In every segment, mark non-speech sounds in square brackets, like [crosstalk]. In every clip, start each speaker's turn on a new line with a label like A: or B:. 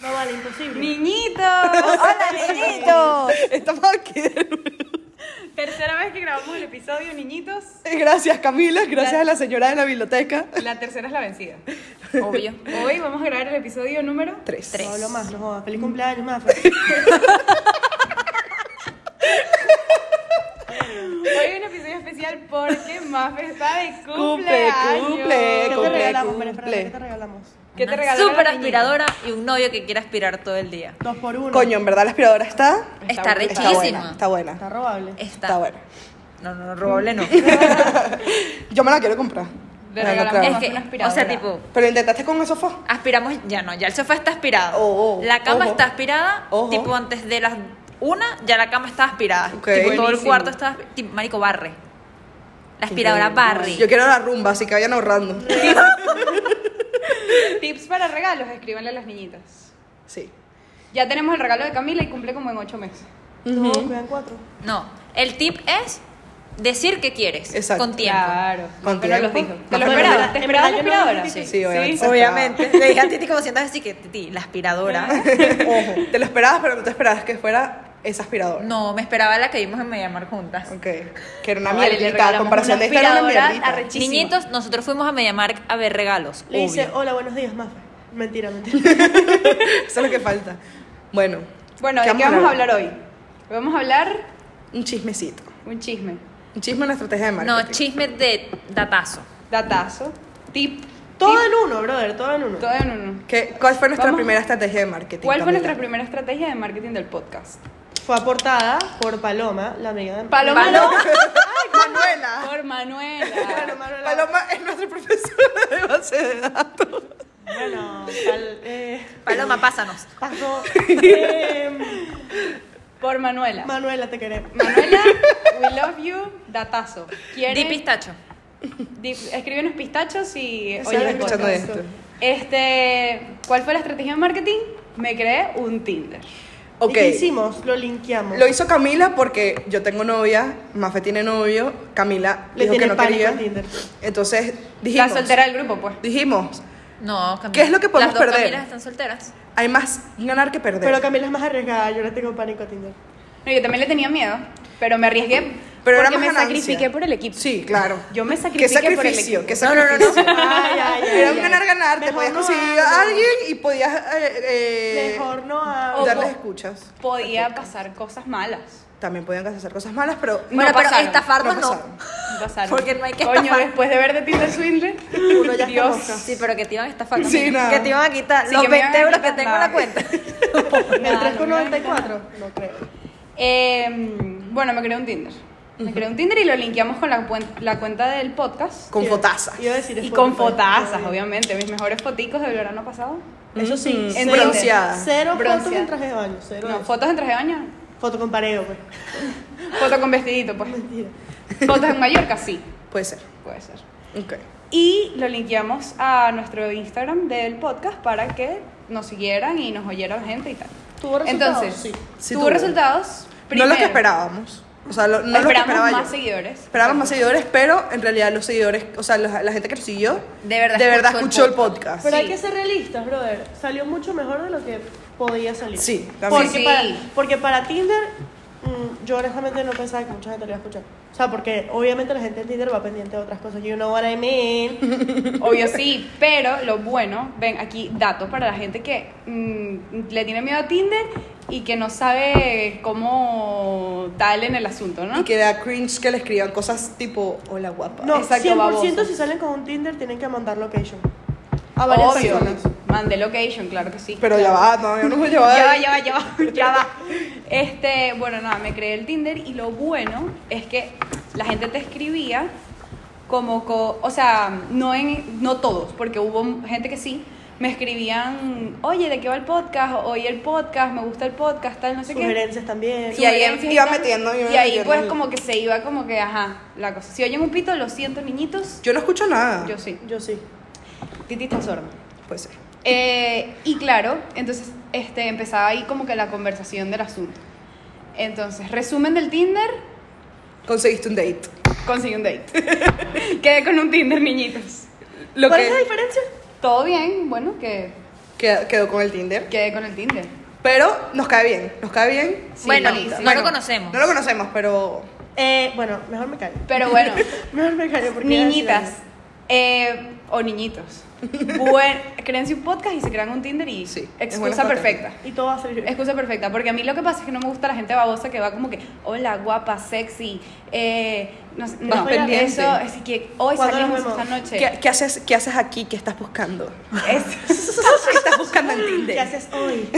A: Dale, imposible.
B: ¡Niñitos!
C: [laughs]
B: ¡Hola, niñitos!
C: Estamos aquí.
B: [laughs] Tercera vez que grabamos el episodio, niñitos.
C: Gracias, Camila. Gracias a la señora de la biblioteca.
B: La tercera es la vencida.
A: Obvio.
B: Hoy vamos a grabar el episodio número
C: Tres.
A: Tres.
C: Tres. Hola.
A: No hablo
C: Hola.
A: más, no jodas. Feliz cumpleaños, más.
B: Hoy hay un episodio especial porque Mafe está de
C: Cumple,
B: cumpleaños.
C: cumple,
A: ¿Qué te
C: cumple.
A: regalamos, María Fernanda? ¿Qué te regalamos?
B: ¿Qué te
A: Una
B: regaló?
A: Súper aspiradora y un novio que quiere aspirar todo el día. Dos por uno.
C: Coño, en verdad la aspiradora está.
A: Está
B: Está
C: Está buena.
A: rechísima.
C: Está
A: Está
C: buena.
A: robable.
C: Está,
A: Está.
C: buena.
A: No, no, no,
C: [laughs]
A: robable no.
C: Yo me la quiero comprar.
B: Le
C: Bueno,
B: regalamos una
C: claro.
A: es que, o
B: aspiradora.
A: sea, tipo,
C: Pero intentaste con el sofá.
A: aspiramos, ya no, ya el sofá está aspirado.
C: Oh, oh,
A: la cama
C: ojo.
A: está aspirada,
C: Ojo.
A: tipo antes de las una, ya la cama está aspirada.
C: Ok.
A: Tipo, todo el
C: Buenísimo.
A: cuarto está tipo, marico, barre. La aspiradora barre.
C: Yo quiero la rumba, así que vayan ahorrando.
B: Tips para regalos, escríbanle a las niñitas.
C: Sí.
B: Ya tenemos el regalo de Camila y cumple como en ocho meses.
A: Ujú.
C: Ujú.
A: cuidan cuatro. No, el tip es decir qué quieres
C: Exacto.
A: con tiempo.
B: Claro.
C: Con
B: Pero los
C: tiempo.
B: dijo. ¿Te lo
A: Bueno,
B: esperabas?
A: en
B: ¿Te
A: verdad
B: esperabas la
A: yo no
B: aspiradora?
A: dije que
C: Sí, obviamente. [laughs]
A: Obviamente. Le dije a Titi como sientas así que Titi, la aspiradora.
C: Ojo. Te lo esperabas, pero no te esperabas que fuera esa aspiradora.
A: No, me esperaba la que vimos en Mediamar juntas.
C: Ok. Que era una
B: Vale, le
C: mierdita.
B: regalamos
C: A comparación
B: una
C: de esta era una
B: aspiradora
C: mierdita.
B: arrechísima. Muchísimo.
A: Niñitos, nosotros fuimos a Mediamar a ver regalos.
D: Le
A: obvio.
D: dice, hola, buenos días, Mafe. Mentira, mentira. [laughs]
C: Eso es lo que falta. Bueno.
B: Bueno, ¿de qué vamos a hablar hoy? Vamos a hablar
C: Un chismecito.
B: un chisme.
C: Un chisme en la estrategia de marketing.
A: No, chisme de datazo.
B: Datazo. Tip.
D: Todo
B: tip,
D: en uno, brother, todo en uno.
B: Todo en uno.
C: ¿Qué- ¿Cuál fue nuestra
B: Vamos.
C: primera estrategia de marketing?
B: ¿Cuál fue
C: Camila?
B: nuestra primera estrategia de marketing del podcast?
D: Fue aportada por Paloma, la amiga de
B: Paloma.
A: Paloma.
B: [laughs]
C: Manuela.
B: Por
D: Bueno,
B: Manuela.
D: Manuela.
C: Paloma es nuestra profesora de base de datos.
D: Bueno, pal- eh,
A: Paloma, pásanos.
D: pasó. Eh,
B: Por Manuela.
D: Manuela, te queremos.
C: [laughs]
B: Manuela, we love you. Datazo. ¿Quieres?
A: Di pistacho.
B: Dip- escríbenos pistachos y
D: Eso
B: oyes
D: era
B: el
D: escuchando
B: podcast.
C: esto.
B: Este, ¿cuál fue la estrategia de marketing? Me creé un Tinder.
D: ¿Y qué
C: Ok.
D: hicimos? Lo linkeamos.
C: Lo hizo Camila porque yo tengo novia, Mafe tiene novio, Camila
D: Le
C: dijo que
D: tiene
C: no
D: pánico a
C: quería.
D: Tinder.
C: Entonces
B: La
C: dijimos,
B: soltera del grupo, pues.
C: dijimos,
A: No, Camila.
C: ¿Qué es lo que podemos
A: Las dos
C: perder?
A: Camilas están solteras.
C: hay más ganar que perder.
D: Pero Camila es más arriesgada, yo le tengo pánico a Tinder.
B: No, yo también le tenía miedo, pero me arriesgué
C: Pero era
B: porque
C: más
B: me
C: ganancia.
B: sacrifiqué por el equipo.
C: sí, claro.
B: Yo me sacrifiqué
C: ¿Qué sacrificio?
B: por el
C: ¿Qué
B: equipo.
C: sacrificio?
D: Ay, ay, ay,
C: Era un
D: ay.
C: ganar-ganar, te
D: Mejor
C: podías
D: no
C: conseguir
D: hablo.
C: a alguien y podías eh, eh,
D: Mejor no
B: O-
D: hablo.
C: darles
B: o-
C: escuchas.
B: Podía pasar cosas malas.
C: También podían hacer cosas malas, pero
B: No
A: bueno, pero
B: pasaron,
A: estafarnos
C: no
A: no.
C: pasaron.
B: Pasaron.
A: Porque no hay que
B: Coño,
A: estafar.
B: después de ver de Tinder Swindler,
D: Uno ya está mosca.
B: Dios.
A: Sí, pero que te iban a
C: Sí,
A: estafar. Camila.
C: nada.
A: Que te iban a quitar
B: Sí,
A: los
B: que me iban
A: 20
B: a
A: euros que
B: quitar
A: tengo en la
B: nada.
A: cuenta.
D: ¿El
B: Nada,
D: 3,94? No creo.
B: Eh, bueno, me creé un Tinder. Me creé un Tinder y lo linkeamos con la, cuen- la cuenta del podcast.
C: Con fotaza.
D: Iba a decir
B: Y
D: Spotify,
B: con fotazas,
D: todavía.
B: obviamente. Mis mejores foticos del verano pasado.
D: Eso sí,
C: Mm,
D: cero-
C: bronceada.
D: Cero fotos
B: Bronceada.
D: en traje de baño, cero.
B: No,
D: eso.
B: fotos en traje de baño.
D: Foto con pareo, pues.
B: Foto con vestidito,
D: [laughs]
B: pues.
D: Mentira.
B: Fotos en Mallorca, sí.
C: Puede ser.
B: Puede ser.
C: Ok.
B: Y lo linkeamos a nuestro Instagram del podcast para que nos siguieran y nos oyera gente y tal.
D: ¿Tuvo resultados?
B: Entonces,
D: Sí.
C: Sí
B: tuvo
C: tuvo.
B: resultados.
C: No lo que
B: Primero,
C: esperábamos. O sea, lo- no lo que
B: esperamos
C: esperaba
B: más
C: yo.
B: seguidores.
C: Esperábamos más seguidores, pero en realidad los seguidores, o sea, los- la gente que nos siguió,
A: De verdad escuchó el
C: escuchó el
A: podcast.
C: podcast.
D: Pero hay
B: Sí.
D: que ser realistas, brother. Salió mucho mejor de lo que podía salir.
C: Sí,
D: Porque,
C: también.
B: Sí.
D: Para, porque para Tinder, mm, yo honestamente no pensaba que mucha gente lo iba a escuchar. O sea, porque obviamente la gente en Tinder va pendiente de otras cosas. You know what I mean.
B: Obvio
C: [laughs]
B: sí, pero lo bueno, ven aquí datos para la gente que mm, le tiene miedo a Tinder y que no sabe cómo tal en el asunto, ¿no?
C: Y que da cringe que le escriban cosas tipo, hola guapa.
D: No,
B: Exacto,
D: 100%
B: baboso.
D: si salen con un Tinder tienen que mandar location. A varias
B: Obvio,
D: personas.
B: mandé location, claro que sí.
C: Pero ya va, todavía no me llevaba.
B: Ya va, ya va, ya va, [laughs] ya va. Este, bueno, nada, me creé el Tinder y lo bueno es que la gente te escribía como, co- o sea, no en, no todos, porque hubo gente que sí me escribían, oye, ¿de qué va el podcast? Oí el podcast, me gusta el podcast, tal, no sé qué.
D: Sugerencias también.
B: Y ahí
C: Sugerencias, iba metiendo, iba
B: y ahí
C: metiendo.
B: pues como que se iba como que, ajá, la cosa. Si oyen un pito, lo siento, niñitos.
C: Yo no escucho nada.
B: Yo sí.
D: Yo sí.
B: Titi está sorda.
C: Puede ser.
B: Eh, y claro, entonces este, empezaba ahí como que la conversación del asunto. Entonces, resumen del Tinder,
C: Conseguiste un date.
B: conseguí un date. [laughs] Quedé con un Tinder, niñitos.
C: Lo
D: ¿Cuál
C: que-
D: es la diferencia?
B: Todo bien, bueno, que
C: Quedó, quedó con el Tinder.
B: Quedé con el Tinder.
C: Pero nos cae bien, nos cae bien.
B: Sí,
A: bueno,
B: malísimo.
A: no lo conocemos.
C: No lo conocemos, pero
D: Eh, bueno, mejor me callo.
B: Pero bueno,
D: [laughs] Mejor me callo porque. iba a decir
B: niñitas eh, o niñitos. Buen, créense un podcast y se crean un Tinder y
C: Sí, es
B: excusa
C: buena estrategia.
B: perfecta.
D: algo. Y todo va a ser yo.
B: Excusa perfecta, porque a mí lo que pasa es que no me gusta la gente babosa que va como que, hola, guapa, sexy, eh, no, sé,
C: Vas
B: no,
C: pendiente.
B: eso, es que hoy
D: ¿Cuándo
B: salimos
D: nos
B: esta
D: vemos?
B: noche.
C: ¿qué, qué haces, ¿qué haces aquí? ¿Qué estás buscando? [laughs]
B: Es-
C: ¿Qué estás buscando
A: [laughs]
C: en
D: ¿Qué
C: Tinder?
D: haces
C: [laughs]
D: hoy?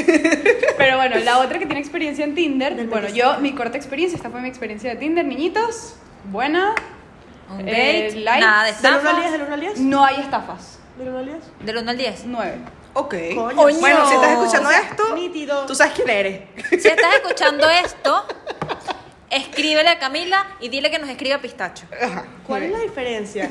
B: pero bueno, la otra que tiene experiencia en Tinder,
D: Del
B: bueno, yo, mi corta experiencia, esta fue mi experiencia de Tinder, niñitos, buena,
A: Un
B: Eh,
A: date,
B: likes.
A: nada de
D: ¿Del 1 al 10? ¿Del 1 al
A: estafas.
D: 10?
B: no hay estafas,
D: ¿Del 1 al 10?
A: Del 1 al 10.
C: [laughs]
B: nueve.
C: Ok.
D: Coño.
C: Bueno, si estás escuchando esto,
D: Nítido.
C: tú sabes quién eres.
A: Si estás escuchando esto, escríbele a Camila y dile que nos escriba Pistacho.
C: Ajá.
D: ¿Cuál es la
C: [laughs]
D: diferencia?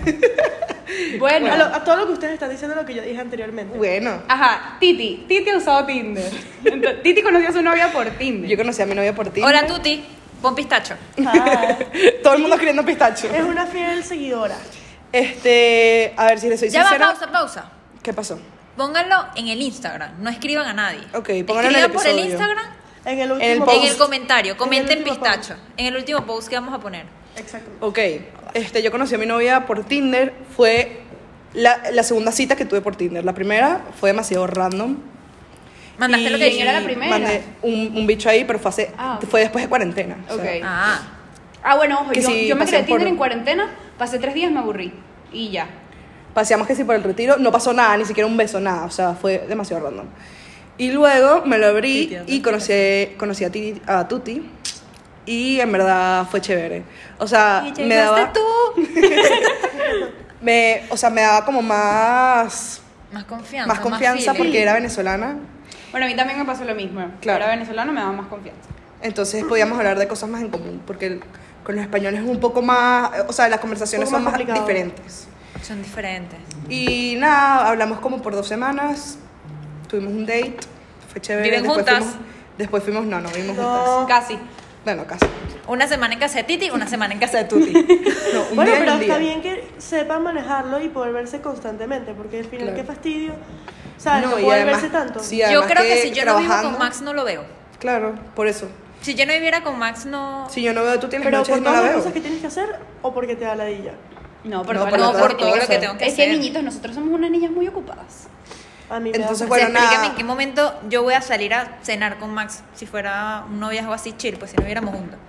B: Bueno,
D: A, lo- a todo lo que ustedes están diciendo lo que yo dije anteriormente.
C: Bueno,
B: ajá, Titi, Titi ha usado Tinder, Entonces, Titi conoció a su novia por Tinder.
C: yo conocí a mi novia por Tinder.
A: Hola Tuti, pon Pistacho.
D: Ay,
C: [laughs] Todo el mundo escribiendo pistacho.
D: Ah, es una fiel seguidora.
C: Este, a ver si le soy
A: Ya va,
C: sincera.
A: pausa, pausa.
C: ¿Qué pasó?
A: Pónganlo en el Instagram, no escriban a nadie.
C: Ok, pónganlo en el
A: Escriban por el
C: episodio.
A: Instagram,
D: En el
C: En el
D: último
C: post.
A: en el comentario, comenten
D: último
A: Pistacho, en el último post que vamos a poner.
D: Exactamente.
C: Ok, este, yo conocí a mi novia por Tinder. Fue la, la segunda cita que tuve por Tinder. La primera fue demasiado random.
A: Mandaste
C: Y
A: lo que
B: ¿Quién era la primera?
C: Mandé un, un bicho ahí, pero fue, hace-
B: Ah, ok.
C: fue después de cuarentena. o sea,
B: Ok.
A: Ah,
B: Ah, bueno, ojo,
C: Que
B: yo,
C: si
B: yo me creé
C: pasean por-
B: Tinder en cuarentena, pasé tres días, me aburrí y ya.
C: Paseamos que sí por el retiro, no pasó nada, ni siquiera un beso, nada, o sea, fue demasiado random. Y luego me lo abrí y conocí, conocí a, ti, a Tuti y en verdad fue chévere. O sea, Ah, me daba,
A: tú.
C: me, o sea, me daba como más,
A: Más confianza.
C: más confianza
A: feeling.
C: porque era venezolana,
B: Bueno, a mí también me pasó lo mismo.
C: Claro.
B: Era venezolano, me daba más confianza.
C: entonces podíamos hablar de cosas más en común, porque el- con los españoles es un poco más, o sea, las conversaciones
D: Un poco
C: son
D: más
C: más
D: complicado.
C: diferentes.
A: Son diferentes.
C: Y nada, hablamos como por dos semanas, tuvimos un date, fue chévere.
A: ¿Viven
C: después
A: juntas?
C: Fuimos, después fuimos, no, no vivimos
D: No.
C: juntas.
B: Casi.
C: Bueno, casi.
A: Una semana en casa de Titi, una semana en casa de Tuti.
C: Tuti. No, un
D: Bueno,
C: día [laughs] y
D: pero
C: un día.
D: está bien que sepan manejarlo y poder verse constantemente, porque al final
C: Claro.
D: qué fastidio. ¿Sabes? No,
C: No, y
D: poder
C: además-
D: verse tanto.
C: sí,
A: Yo
C: además
A: creo que,
C: que
A: si yo no vivo con
C: trabajando-
A: Max no lo veo.
C: Claro, por eso.
A: Si yo no viviera con Max no...
C: Si yo no veo a Tuti en
D: Ah.
C: las
D: pero
C: noches,
D: por
C: no
D: todas
C: la
D: las
C: veo.
D: cosas que tienes que hacer o porque te da la dilla.
B: No, por
C: No,
B: todas
C: por
A: no,
B: las
C: todas
A: por
B: cosas.
C: las
A: todo lo que
C: cosas.
A: tengo que
B: Es
A: hacer.
B: que, niñitos, nosotros somos unas niñas muy ocupadas.
D: A mí
C: Entonces,
D: me da
A: O sea,
C: Bueno, nada.
A: explícame en qué momento yo voy a salir a cenar con Max si fuera un noviazgo así chill, pues si no viviéramos juntos.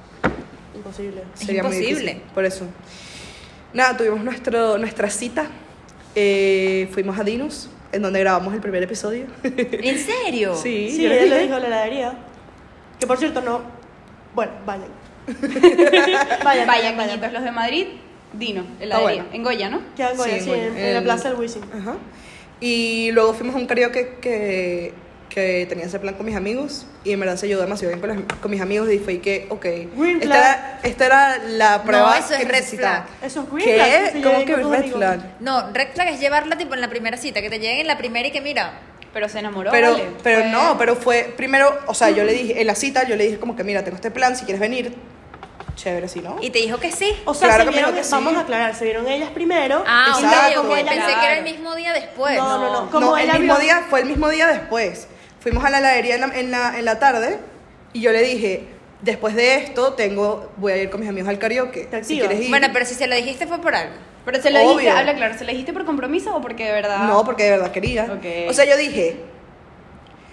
D: imposible.
A: es
C: muy
A: imposible.
C: difícil, por eso. Nada, tuvimos nuestro, nuestra cita. Eh, fuimos a Dinos, en donde grabamos el primer episodio.
A: ¿En
C: [laughs]
A: serio?
C: sí,
D: Sí,
C: yo les
D: ella le
C: dije.
D: dijo a la heladería. Que por cierto, no. Bueno,
C: [laughs]
D: vayan. vayan,
B: Vayan,
D: vayan,
B: niñitos,
D: vayan.
B: los de Madrid, Dino, heladería.
C: Está bueno.
B: En Goya, ¿no?
D: Que hago
C: Sí,
D: así
C: bueno,
D: en, en la
C: el-
D: plaza del Wisin.
C: Ajá. Y luego fuimos a un karaoke que, que tenía ese plan con mis amigos y en verdad se ayudó demasiado bien con, los- con mis amigos y fue que, ok,
D: Green
C: esta era, esta era la prueba
A: eso es
C: que
A: red
C: necesitaba.
A: flag.
D: Eso es green flag,
C: ¿Qué?
D: si se
C: ¿Cómo
D: llegan
C: que
D: con tus
C: red
D: amigos.
C: flag?
A: No, red flag es llevarla tipo en la primera cita, que te lleguen en la primera y que mira,
B: Pero se enamoró.
C: Pero,
B: vale.
C: pero
A: pues.
B: Fue-
C: no, pero fue primero, o sea, yo le dije, en la cita yo le dije como que, mira, tengo este plan, si quieres venir, chévere, si no.
A: y te dijo que sí.
D: O sea, se
C: Claro que me
D: vieron,
C: dijo que sí.
D: vamos a aclarar, se vieron ellas primero.
A: Ah,
D: y
A: ok,
D: luego
C: Exacto,
A: ok,
D: como ella
A: Pensé
D: llegó-
A: que era el mismo día después.
D: No, no, no. como
C: No, el
D: él
C: mismo
D: habló-
C: día, fue el mismo día después. Fuimos a la heladería en la, en la, en la tarde y yo le dije, después de esto tengo, voy a ir con mis amigos al karaoke.
D: Te
C: Si
D: activas.
C: quieres ir.
A: Bueno, pero si se lo dijiste fue por algo.
B: Pero se lo
C: Obvio.
B: dijiste, habla claro, ¿se lo dijiste por compromiso o porque de verdad?
C: No, porque de verdad quería.
B: Ah. Ok.
C: O sea, yo dije,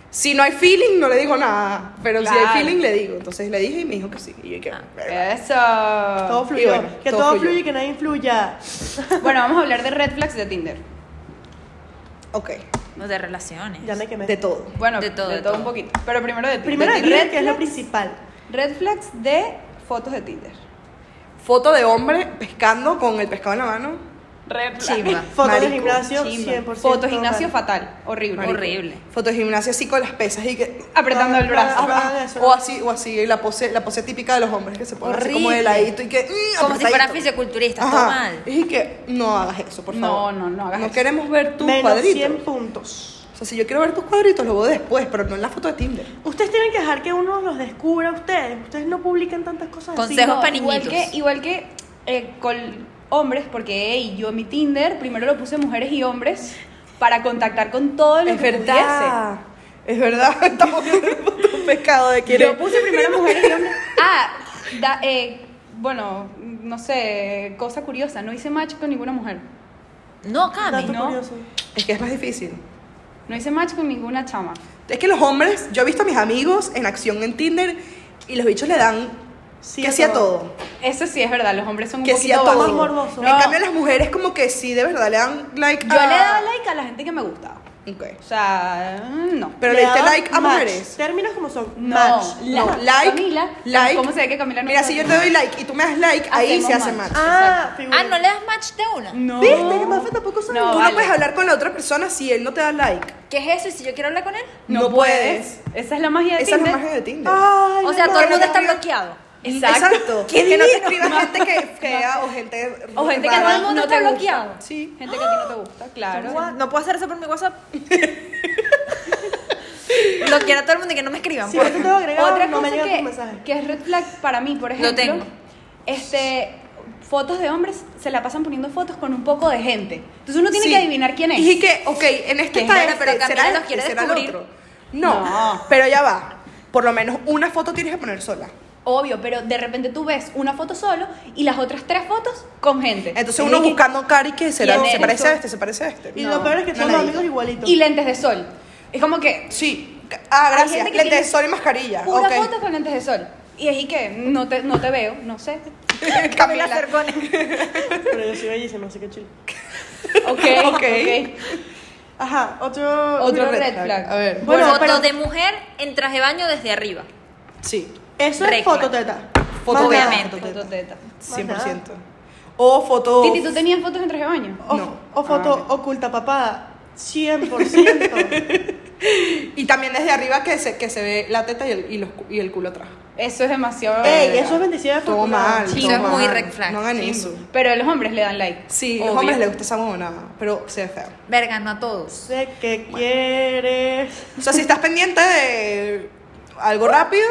C: si no hay feeling, no le digo nada. Pero si
B: Claro.
C: hay feeling, le digo. Entonces le dije y me dijo que sí. Y yo dije,
A: Ah.
D: Todo
B: Eso.
D: fluyó.
C: bueno,
D: que
C: todo
D: todo,
C: fluyó.
D: fluye y que nadie influya.
B: bueno, vamos a hablar de red flags de Tinder.
C: ok,
A: No, de relaciones.
D: Ya me quemé.
C: de todo.
B: Bueno,
A: De
B: de
A: todo,
B: todo,
A: de todo.
B: un poquito. Pero primero de Tinder.
D: Primero
B: De
D: de Tinder,
B: red
D: que es lo
B: flags-
D: principal.
B: Red flags de fotos de Tinder.
C: Foto de hombre pescando con el pescado en la mano.
B: Red flag.
A: Chimba.
D: [laughs] Fotos de
C: Marico,
D: gimnasio,
B: Chimba.
D: 100%.
B: Fotos gimnasio
D: mal.
B: fatal, horrible.
A: Marico. Horrible.
C: Foto de gimnasia así con las pesas y que...
B: Apretando el brazo.
D: Ah, ah, eso no.
C: O así, o así, la pose, la pose típica de los hombres que se ponen así como de
A: Horrible.
C: ladito y que... mm,
A: Como si
C: apretadito.
A: fueran fisioculturistas, todo
C: Ajá.
A: mal.
C: Y que no hagas eso, por
B: No,
C: favor.
B: no, no hagas
C: No
B: eso.
C: queremos ver tus
D: Menos
C: cuadritos.
D: 100 puntos.
C: O sea, si yo quiero ver tus cuadritos, lo veo después, pero no en la foto de Tinder.
D: Ustedes tienen que dejar que uno los descubra a ustedes. Ustedes no publican tantas cosas así.
A: Consejos para
B: igual
A: niñitos.
B: que, igual que eh, con hombres, porque hey, yo en mi Tinder primero lo puse mujeres y hombres. para contactar con todo lo
C: es
B: que pudiese.
C: verdad. Es verdad. [laughs] Estamos viendo el puto pescado de que
B: Yo puse
C: [laughs]
B: primero mujer y hombre. Ah, da- eh, bueno, no sé, cosa curiosa, no hice match con ninguna mujer.
A: No, Cami.
D: Dato
B: ¿no?
D: curioso.
C: Es que es más difícil.
B: No hice match con ninguna chama.
C: Es que los hombres, yo he visto a mis amigos en acción en Tinder y los bichos le dan
D: Sí,
C: que
D: a
C: sí a
D: todo.
C: todo.
B: Eso sí es verdad, los hombres son un
C: Que sí
B: poquito
C: a todo.
B: básicos.
D: morboso.
C: En
B: No.
C: cambio, las mujeres, como que sí, de verdad, le dan like
B: Yo
C: a.
B: le daba like a la gente que me gustaba.
C: Ok.
B: O sea, no.
C: Pero le,
D: Le
C: diste
D: daba
C: like a
D: match.
C: mujeres.
D: Términos como son.
B: No,
D: Match.
B: la-
C: no, like.
B: Camila,
C: like.
B: ¿cómo se ve que Camila no
C: Mira,
B: sabe
C: si yo te
B: hacer
C: doy like y tú me das like, ahí se
B: Hacemos
C: hace
B: match.
C: match.
D: Ah, figura.
A: Ah, no le das match de una.
B: No.
C: ¿Viste? Que Mafe tampoco sabe.
B: No,
C: tú
B: vale.
C: no puedes hablar con la otra persona si él no te da like.
A: ¿Qué es eso? ¿Y si yo quiero hablar con él?
B: No,
C: No
B: puedes.
C: puedes.
B: Esa es la magia de
C: Esa es la
B: Tinder. Ah.
C: magia de Tinder.
D: Ay,
A: o sea,
C: no,
A: todo el
C: no
A: mundo
C: te
A: está
C: escribo.
A: bloqueado.
B: Exacto.
A: ¡Qué
C: que no te
A: divino!
C: escriba gente que fea o gente.
B: O gente que
C: rara.
A: Todo el mundo
B: no te
A: está
B: gusta.
A: bloqueado.
C: Sí.
B: Gente que a ti no te gusta, claro.
A: What? No puedo hacer eso por mi WhatsApp. [laughs] Bloquear a todo el mundo y que no me escriban.
D: Si
A: por
D: yo te tengo agregado,
B: Otra
D: no me
B: cosa
D: llegan tus
B: que,
D: mensajes.
B: que es red flag para mí, por ejemplo.
A: tengo.
B: Este, fotos de hombres se la pasan poniendo fotos con un poco de gente. Entonces uno tiene
C: Sí.
B: que adivinar quién es.
C: Y que, ok, en
A: ¿Quién
C: este
A: es?
C: está
A: Bueno,
C: este,
A: pero Camila
C: será
A: los
C: este,
A: quiere
C: será el
A: descubrir.
C: otro. No, pero ya va. Por lo menos una foto tienes que poner sola.
B: Obvio, pero de repente tú ves una foto solo y las otras tres fotos con gente.
C: Entonces
B: Es
C: uno
B: que-
C: buscando cari que será,
B: ¿Quién
C: se
B: eres
C: parece
B: tú?
C: a este, se parece a este.
D: Y
C: No.
D: lo peor es que
C: no
D: todos
C: le
D: los
C: digo.
D: amigos igualitos.
B: Y lentes de sol. Es como que
C: Sí. Ah,
B: Hay
C: gracias.
B: gente que
C: Lentes de
B: tiene
C: sol y mascarilla.
B: pura
C: ok.
B: foto con lentes de sol. Y es y que no te, no te veo, no sé.
C: [laughs] Camila.
A: Camila Cercone.
D: Pero yo soy bellísima, así que chill.
B: Ok,
C: Ok.
B: ok.
D: Ajá, otro.
B: Otro
C: Otro
B: red
C: red
B: flag.
C: flag. A ver.
D: Bueno,
A: Foto
D: pero-
A: de mujer en traje de baño desde arriba.
C: Sí,
D: Eso
A: Red
D: es
A: flag.
D: fototeta.
C: Foto-
D: Más nada.
A: Obviamente.
B: Foto teta.
C: 100%. O foto.
B: Titi, ¿tú tenías fotos en traje de baño?
D: O,
C: No. Ah,
D: o foto oculta papada. 100%.
C: Y también desde arriba que se, que se ve la teta y el, y los cu- y el culo atrás.
B: Eso es demasiado.
D: Ey, eso es bendición de
C: Todo mal.
A: Sí,
C: todo
A: eso es muy
C: mal.
A: red flag.
C: No hagan
B: Sí.
C: eso.
B: Pero a los hombres le dan like.
C: Sí,
B: Obvio.
C: los hombres les gusta esa monada, pero se ve feo.
A: Verga, no a todos.
D: [laughs] Sé que quieres.
C: O sea, si estás pendiente de algo rápido,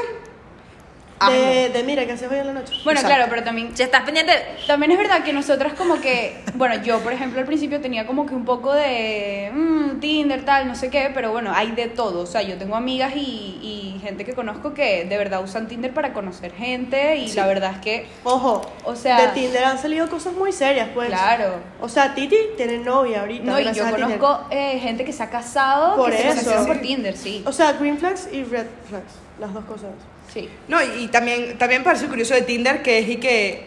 C: hazlo.
D: De, de mira, que haces hoy en la noche.
B: Bueno,
C: Ah, Exacto.
B: claro, pero también.
A: Si estás pendiente,
B: También es verdad que nosotras como que, bueno, yo por ejemplo al principio tenía como que un poco de mm, Tinder, tal, no sé qué, pero bueno, hay de todo. O sea, yo tengo amigas y, y gente que conozco que de verdad usan Tinder para conocer gente y la verdad es que,
D: Ojo,
B: O sea-
D: de Tinder han salido cosas muy serias, pues.
B: claro.
D: O sea, Titi tiene novia ahorita.
B: No, y
D: gracias
B: yo
D: a Tinder.
B: conozco eh, gente que se ha casado
D: Por
B: que se
D: eso.
B: conocieron por Tinder, sí.
D: O sea, green flags y red flags. Las dos cosas.
B: Sí.
C: No, y, y también, también parece curioso de Tinder que es y que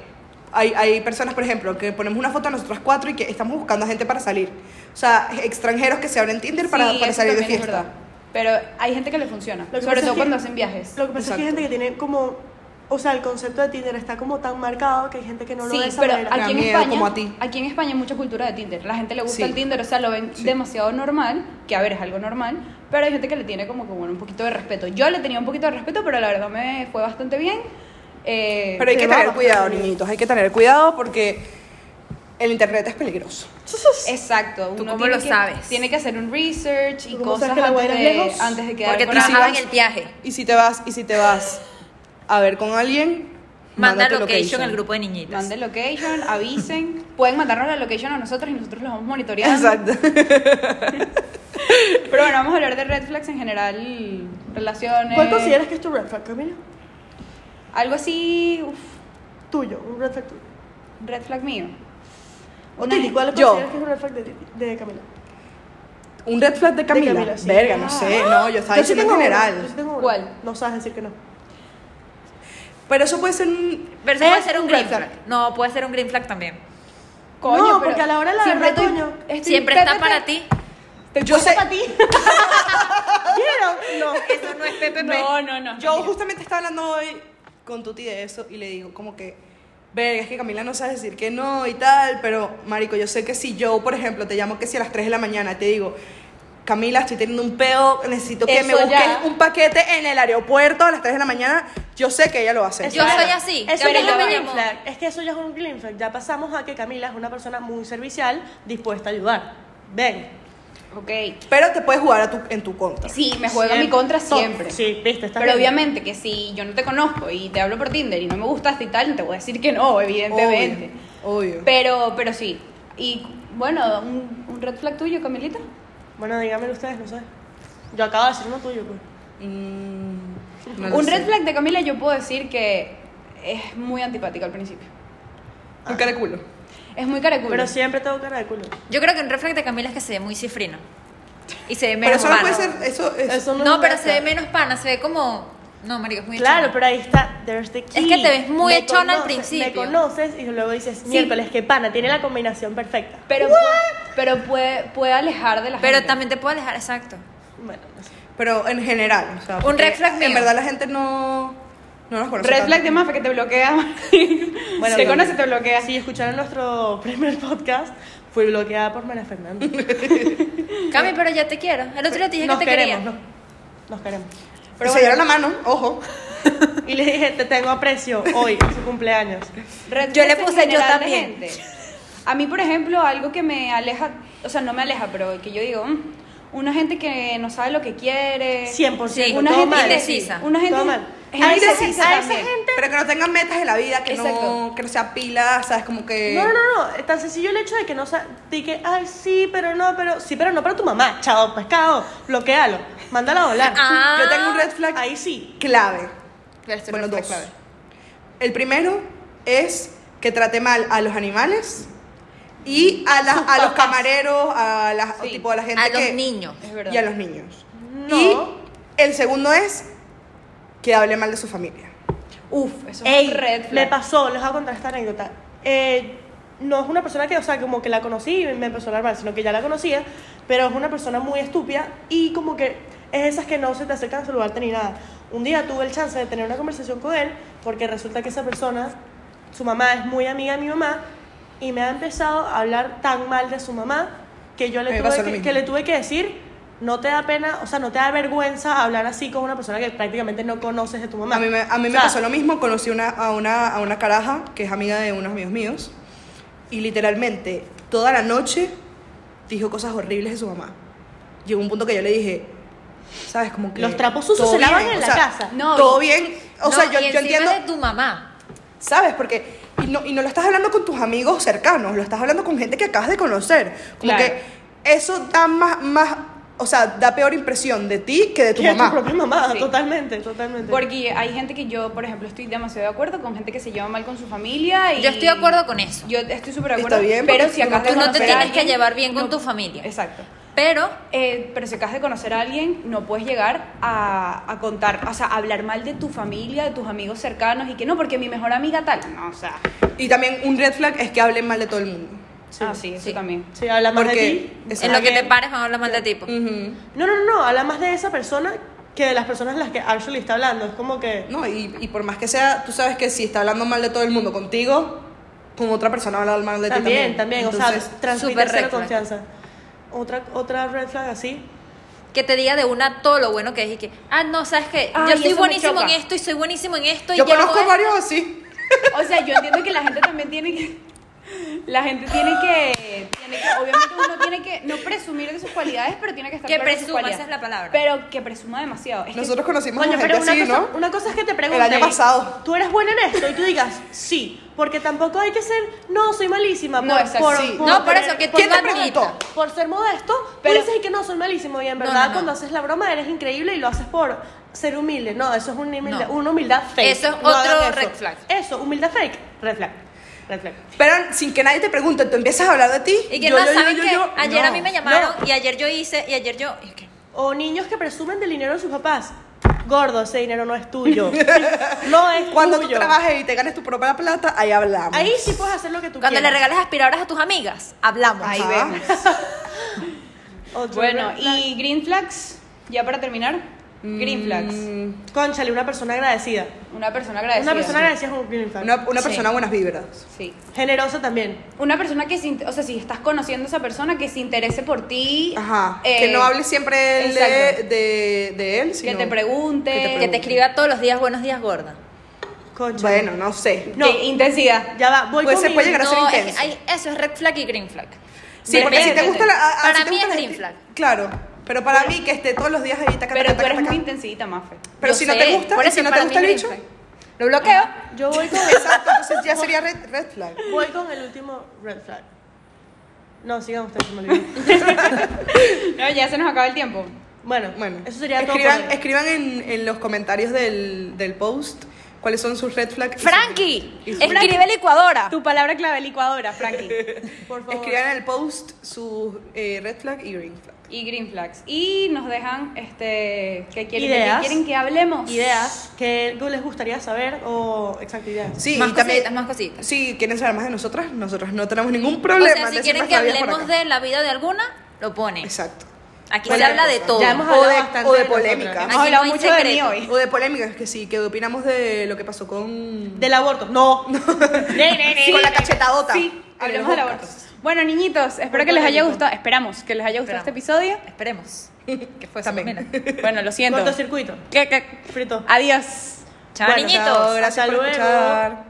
C: hay, hay personas, por ejemplo, que ponemos una foto a nosotras cuatro y que estamos buscando a gente para salir. O sea, extranjeros que se abren Tinder para,
B: Sí,
C: para
B: eso
C: salir de
B: también es
C: fiesta.
B: verdad. Pero hay gente que le funciona,
D: Lo que
B: sobre
D: pasa
B: todo
D: es que-
B: cuando hacen viajes.
D: Lo que pasa es que hay
C: Exacto.
D: gente que tiene como. O sea, el concepto de Tinder está como tan marcado que hay gente que no lo
B: sí,
D: ve de esa
B: pero
D: manera.
C: hay-
B: aquí en
C: Me da miedo,
B: España,
C: como a ti.
B: aquí en España hay mucha cultura de Tinder. La gente le gusta
C: Sí.
B: el Tinder, o sea, lo ven demasiado normal, que a ver, es algo normal, pero hay gente que le tiene como que bueno, un poquito de respeto. Yo le tenía un poquito de respeto, pero la verdad me fue bastante bien. Eh,
C: Pero hay
D: Te
C: que
D: va
C: tener
D: bastante
C: cuidado,
D: bien.
C: niñitos, hay que tener cuidado porque el internet es peligroso.
D: Eh,
B: Exacto. uno
A: cómo
B: tiene
A: lo
B: que-
A: sabes?
B: Tiene que hacer un research y
D: ¿Tú cómo
B: cosas
D: sabes que la
B: antes
D: guaira es
B: de,
D: lejos?
B: antes de quedar
A: porque
B: con
A: trabajaba en
B: alguien.
A: el viaje.
C: Y si te vas, y si te vas a ver con alguien,
A: Manda
C: manda tu
A: location al grupo de niñitas.
B: Manden location, avisen. Pueden mandarnos la location a nosotros y nosotros los vamos monitoreando.
C: Exacto.
B: Pero bueno, vamos a hablar de red flags en general, relaciones.
D: ¿Cuál consideras que es tu red flag, Camila?
B: Algo así, uf,
D: Tuyo, un red flag tuyo.
B: red flag mío.
D: O
B: Una
D: Titi,
B: gen-
D: ¿cuál
C: yo.
D: consideras que es un red flag de, Titi- de Camila?
C: Un red flag de Camila.
D: Camila, sí.
C: Verga, no
D: Ah.
C: sé, no, yo estaba
D: sí
C: diciendo en
D: tengo uno,
C: general.
D: yo sí tengo uno.
B: ¿Cuál?
D: No sabes decir que no.
C: Pero eso puede ser un.
A: Pero se puede
D: Es
A: ser un
D: un
A: green
D: red flag.
A: flag. No, puede ser un green flag también.
B: Coño,
D: No,
B: pero
D: porque a la hora de la
B: siempre
D: verdad,
B: estoy-
D: coño,
B: estoy
A: Siempre
B: PPP.
A: está para ti.
C: Yo sé.
D: ti? ¿Vieron? No.
A: Eso no es PPP.
B: No, no, no.
C: Yo justamente estaba hablando hoy con Tuti de eso y le digo, como que. Verga, es que Camila no sabe decir que no y tal, pero marico, yo sé que si yo, por ejemplo, te llamo que si a las 3 de la mañana te digo, Camila, estoy teniendo un peo, necesito que
B: Eso
C: me busques
B: ya.
C: un paquete en el aeropuerto a las 3 de la mañana, yo sé que ella lo va a hacer.
A: Yo soy así.
D: Eso ya
A: Gabriela
D: es un
A: me
D: green
A: llamó.
D: flag. Es que eso ya es un green flag. Ya pasamos a que Camila es una persona muy servicial, dispuesta a ayudar. Ven.
B: Ok.
C: Pero te puedes jugar a tu, en tu contra.
B: Sí, me juega en mi contra
D: Top.
B: siempre.
D: Sí, viste, está
B: Pero obviamente que si yo no te conozco y te hablo por Tinder y no me gustas y tal, te voy a decir que no, evidentemente.
C: Obvio. obvio.
B: Pero, pero sí. Y bueno, un, un red flag tuyo, Camilita.
D: Bueno, díganmelo ustedes, no sé. Yo acabo de decir uno tuyo, pues.
C: Mm, no lo
B: Un
C: sé.
B: red flag de Camila yo puedo decir que es muy antipática al principio.
C: Un cara de culo.
B: Es muy caraculo.
D: Pero siempre tengo cara de culo.
A: Yo creo que un reflex de Camila es que se ve muy cifrino. Y se ve
C: Pero
A: menos
C: eso no
A: pana.
C: puede ser. Eso, eso.
D: Eso no,
A: No,
D: me
A: pero
D: gusta.
A: se ve menos pana, se ve como. No, marico, es muy
D: Claro,
A: chino.
D: pero ahí está, there's the key.
A: Es que te ves muy
D: Me
A: echona al
D: conoces- Me
A: principio.
D: conoces y luego dices, miércoles, qué pana, tiene la combinación perfecta.
B: Pero, puede, pero puede, puede alejar de la
A: Pero
B: gente.
A: también te puedo alejar, exacto.
D: Bueno, no sé.
C: Pero en general. O sea,
A: Un
C: porque
A: red flag
C: En
A: mío.
C: verdad la gente no. No nos conoce.
B: Red
C: tanto.
B: flag de Mafe que te bloquea.
D: [laughs] Bueno,
B: te
D: bueno.
B: conoce, te bloquea.
D: Si escucharon nuestro [laughs] primer podcast, fui bloqueada por María Fernanda.
A: Cami, pero ya te quiero. El otro día te dije
D: Nos
A: que te
D: queremos,
A: quería.
D: no- nos queremos.
C: Pero se dieron la mano, ojo.
D: Y le dije, te tengo aprecio hoy, en su cumpleaños.
B: Red
A: Yo le
B: flags en
A: puse yo
B: general de
A: también.
B: gente. A mí, por ejemplo, algo que me aleja, o sea, no me aleja, pero que yo digo, "Mm", una gente que no sabe lo que quiere.
D: 100%.
A: Sí,
D: todo
B: una gente
D: mal.
A: indecisa.
B: Una gente
D: Todo mal.
B: es
D: A esa
B: indecisa
D: gente- a esa
B: también.
D: gente-
C: Pero que no tengan metas en la vida, que no,
B: Exacto.
C: que no sea pila, ¿sabes? Como que.
D: No, no, no, tan sencillo el hecho de que no sa- de que, ay, sí, pero no, pero, sí, pero no para tu mamá, chao, pescado, bloquealo, mándala a volar.
A: Ah.
C: Yo tengo un red flag
D: Ahí sí.
C: clave.
A: Pero esto no
C: Bueno,
A: fue
C: dos. El primero es que trate mal a los animales y a, la- a los camareros, a, la,
B: Sí.
C: tipo, a la gente
A: A los
C: que-
A: niños.
B: Es verdad.
C: Y a los niños.
D: No.
C: Y el segundo es que hable mal de su familia.
B: Uf, eso es
D: Ey,
B: un red flag.
D: me pasó, les voy a contar esta anécdota. Eh, no es una persona que, o sea, como que la conocí y me empezó a hablar mal, sino que ya la conocía, pero es una persona muy estúpida y como que es esas que no se te acercan a saludarte ni nada. Un día tuve el chance de tener una conversación con él porque resulta que esa persona, su mamá es muy amiga de mi mamá y me ha empezado a hablar tan mal de su mamá que yo
C: A mí
D: le,
C: me
D: tuve
C: pasó lo
D: que,
C: mismo.
D: que le tuve que decir, no te da pena, o sea, no te da vergüenza hablar así con una persona que prácticamente no conoces de tu mamá.
C: A mí me, a mí me
D: O sea,
C: pasó lo mismo, conocí una, a, una, a una caraja que es amiga de unos amigos míos y literalmente toda la noche dijo cosas horribles de su mamá. Llegó un punto que yo le dije, ¿sabes? Como que...
D: Los trapos sucios
C: todo
D: se lavan en
C: o
D: la
C: sea,
D: casa.
B: No,
C: todo
B: y-
C: bien. O sea,
A: No,
C: yo,
A: y
C: yo
A: encima
C: entiendo...
A: de tu mamá.
C: ¿Sabes? Porque. Y no, y no lo estás hablando con tus amigos cercanos, lo estás hablando con gente que acabas de conocer. Como
B: Claro.
C: que eso da más, más. O sea, da peor impresión de ti que de tu
D: Que
C: mamá.
D: tu propia mamá,
B: Sí.
D: totalmente, totalmente.
B: Porque hay gente que yo, por ejemplo, estoy demasiado de acuerdo con gente que se lleva mal con su familia. Y
A: Yo estoy de acuerdo con eso.
B: Yo estoy súper de
C: Está
B: acuerdo.
C: bien,
B: pero
C: porque
B: si
C: tú no
B: acabas de
C: te-
A: Tú no te
B: conocer a
A: tienes que
B: alguien,
A: llevar bien con
B: no-
A: tu familia.
B: Exacto.
A: Pero
B: Eh, pero si acabas de conocer a alguien, no puedes llegar a, a contar, o sea, a hablar mal de tu familia, de tus amigos cercanos y que no, porque mi mejor amiga tal. No, o sea,
C: Y también un red flag es que hablen mal de todo el mundo.
D: Sí.
B: ah, sí, eso
A: Sí.
B: también.
D: Sí, habla más
C: Porque-
D: de ti.
C: Eso
A: en lo que te
D: También.
A: pares van a hablar mal de tipo.
C: Ujú.
D: No, no, no, no, habla más de esa persona que de las personas de las que actually está hablando. Es como que.
C: No, y, y por más que sea, tú sabes que si está hablando mal de todo el mundo contigo, con otra persona habla mal de
D: También,
C: ti.
D: también, o sea,
C: Entonces,
A: súper
D: transmite
A: red
D: cero
A: flag.
D: confianza. Otra, otra red flag así.
A: Que te diga de una todo lo bueno que es y que, ah, no, sabes que
B: Ay,
A: yo soy
B: eso me
A: buenísimo en
B: choca.
A: esto y soy buenísimo en esto. y ¿eh?
C: yo
A: llevo
C: conozco
A: esto.
C: varios así.
B: O sea, yo entiendo que la gente también tiene que. La gente tiene que, tiene que- Obviamente uno tiene que no presumir de sus cualidades, pero tiene que estar
A: Que
B: claro de sus
A: presuma,
B: cualidades.
A: esa es la palabra.
B: Pero que presuma demasiado. Es que-
C: Nosotros conocimos
D: Coño,
C: a gente
D: pero una,
C: así,
D: cosa,
C: ¿no?
D: una cosa es que te pregunten.
C: año pasado.
D: ¿Tú eres buena en esto? Y tú digas, sí. Porque tampoco hay que ser, no, soy malísima.
B: No,
D: por,
B: exacto,
D: por-
C: sí.
A: No, por eso, que tú
C: ¿Quién te
A: lo
C: preguntó?
A: admitas.
D: por ser modesto,
B: Pero-
D: pero dices que no soy malísimo y en
A: No,
D: verdad
A: no, no.
D: cuando haces la broma eres increíble y lo haces por ser humilde. No, eso es una humildad,
A: No.
D: una humildad fake.
A: Eso es
D: No hagan
A: otro
D: eso.
A: red flag.
D: Eso, humildad fake, red flag. Red flag.
C: Pero sin que nadie te pregunte, tú empiezas a hablar de ti.
A: Y que
C: yo,
A: no,
C: yo, yo,
A: saben
C: yo,
A: que
C: yo,
A: ayer a
C: no.
A: mí me llamaron y ayer yo hice y ayer yo. y que-
D: O niños que presumen del dinero de sus papás. Gordo, ese dinero no es tuyo. no es
C: Cuando tú
D: tuyo.
C: trabajes y te ganes tu propia plata, ahí hablamos.
D: Ahí sí puedes hacer lo que tú
A: Cuando le
D: quieras.
A: regales aspiradoras a tus amigas, hablamos.
C: Ahí
A: Ajá.
C: vemos.
D: Otro
B: Bueno,
D: red flag.
B: y Green Flags, ya para terminar, Green Flags.
C: Mm,
D: Cónchale, una persona agradecida.
B: Una persona agradecida.
D: Una persona agradecida es un green flag.
C: Una, una
B: Sí.
C: persona buenas vibras.
B: Sí.
D: Generosa también.
B: Una persona que, se inte- o sea, si estás conociendo a esa persona, que se interese por ti.
C: Ajá.
B: eh,
C: que no hable siempre de él de,
B: exacto.
C: de, de él,
B: Que
C: sino...
B: te pregunte.
A: Que te escriba todos los días buenos días, gorda.
D: Cónchale.
C: Bueno, no sé.
D: No.
B: Que intensidad.
D: Ya va, voy
C: Pues
D: con
C: se
D: mi-
C: puede llegar a ser
A: es que
C: intenso.
A: hay- eso es red flag y green flag.
C: Sí, porque si te gusta la... a- a-
A: Para
C: si te
A: mí
C: gusta
A: es
C: la
A: green
C: gente-
A: flag.
C: Claro. Pero para mí que esté todos los días ahí... taca,
B: Pero
C: taca,
B: tú
C: taca,
B: eres
C: taca.
B: muy intensidita, Mafe.
C: Pero
A: Yo
C: si no
A: sé,
C: te gusta,
A: por
C: y
A: eso
C: si no te
A: para
C: gusta
A: mí
C: el bicho...
A: green flag. Lo bloqueo.
D: Yo voy con
C: Exacto, entonces ya sería red, red flag.
D: Voy con el último red flag. No, sigan ustedes, se me olvidó.
C: [laughs]
B: No, ya se nos acaba el tiempo.
D: Bueno,
C: Bueno,
D: eso sería
C: escriban,
D: todo. por hoy.
C: escriban en, en los comentarios del, del post cuáles son sus red flags. y sus-
A: Frankie,
C: y sus-
A: escribe licuadora.
B: Tu palabra clave, licuadora, Frankie.
D: Por favor.
C: Escriban en el post sus eh, red flag y green flag.
B: Y Green Flags. Y nos dejan, este, ¿qué quieren, de
D: Ideas.
B: qué quieren que hablemos?
D: ideas que algo les gustaría saber o exacto ideas.
C: Sí,
A: más
C: y también-
A: cositas, más cositas.
C: Si quieren saber más de nosotras, nosotras no tenemos ningún
A: o
C: problema.
A: sea, si
C: de
A: quieren
C: decirnos
A: que
C: la vida por
A: hablemos
C: acá.
A: de la vida de alguna, lo ponen.
C: Exacto.
A: Aquí se
C: Cualquier
A: Pues habla de
C: cosa.
A: todo.
D: Ya hemos
C: O
D: hablado
C: de-
D: bastante
C: o de
D: nosotras.
C: polémica.
B: Hemos
A: no
B: hablado
A: hay
B: mucho de mí
A: secreto.
B: hoy.
C: O de polémicas, que sí, que opinamos de lo que pasó con.
D: Del aborto.
C: [laughs]
D: No. [laughs]
C: Sí, con la cachetadota.
B: Sí, hablemos del aborto.
C: podcast.
B: Bueno, niñitos, espero que les haya gustado. Esperamos que les haya gustado
A: Esperamos.
B: este episodio.
A: [laughs] Esperemos. Que fue
C: También.
A: Samena.
B: Bueno, lo siento.
D: Cortocircuito.
B: ¿Qué, qué?
D: Frito.
B: Adiós.
A: Chao,
D: Bueno,
A: niñitos.
C: Chao, gracias
D: Hasta
C: por
D: luego.
C: escuchar.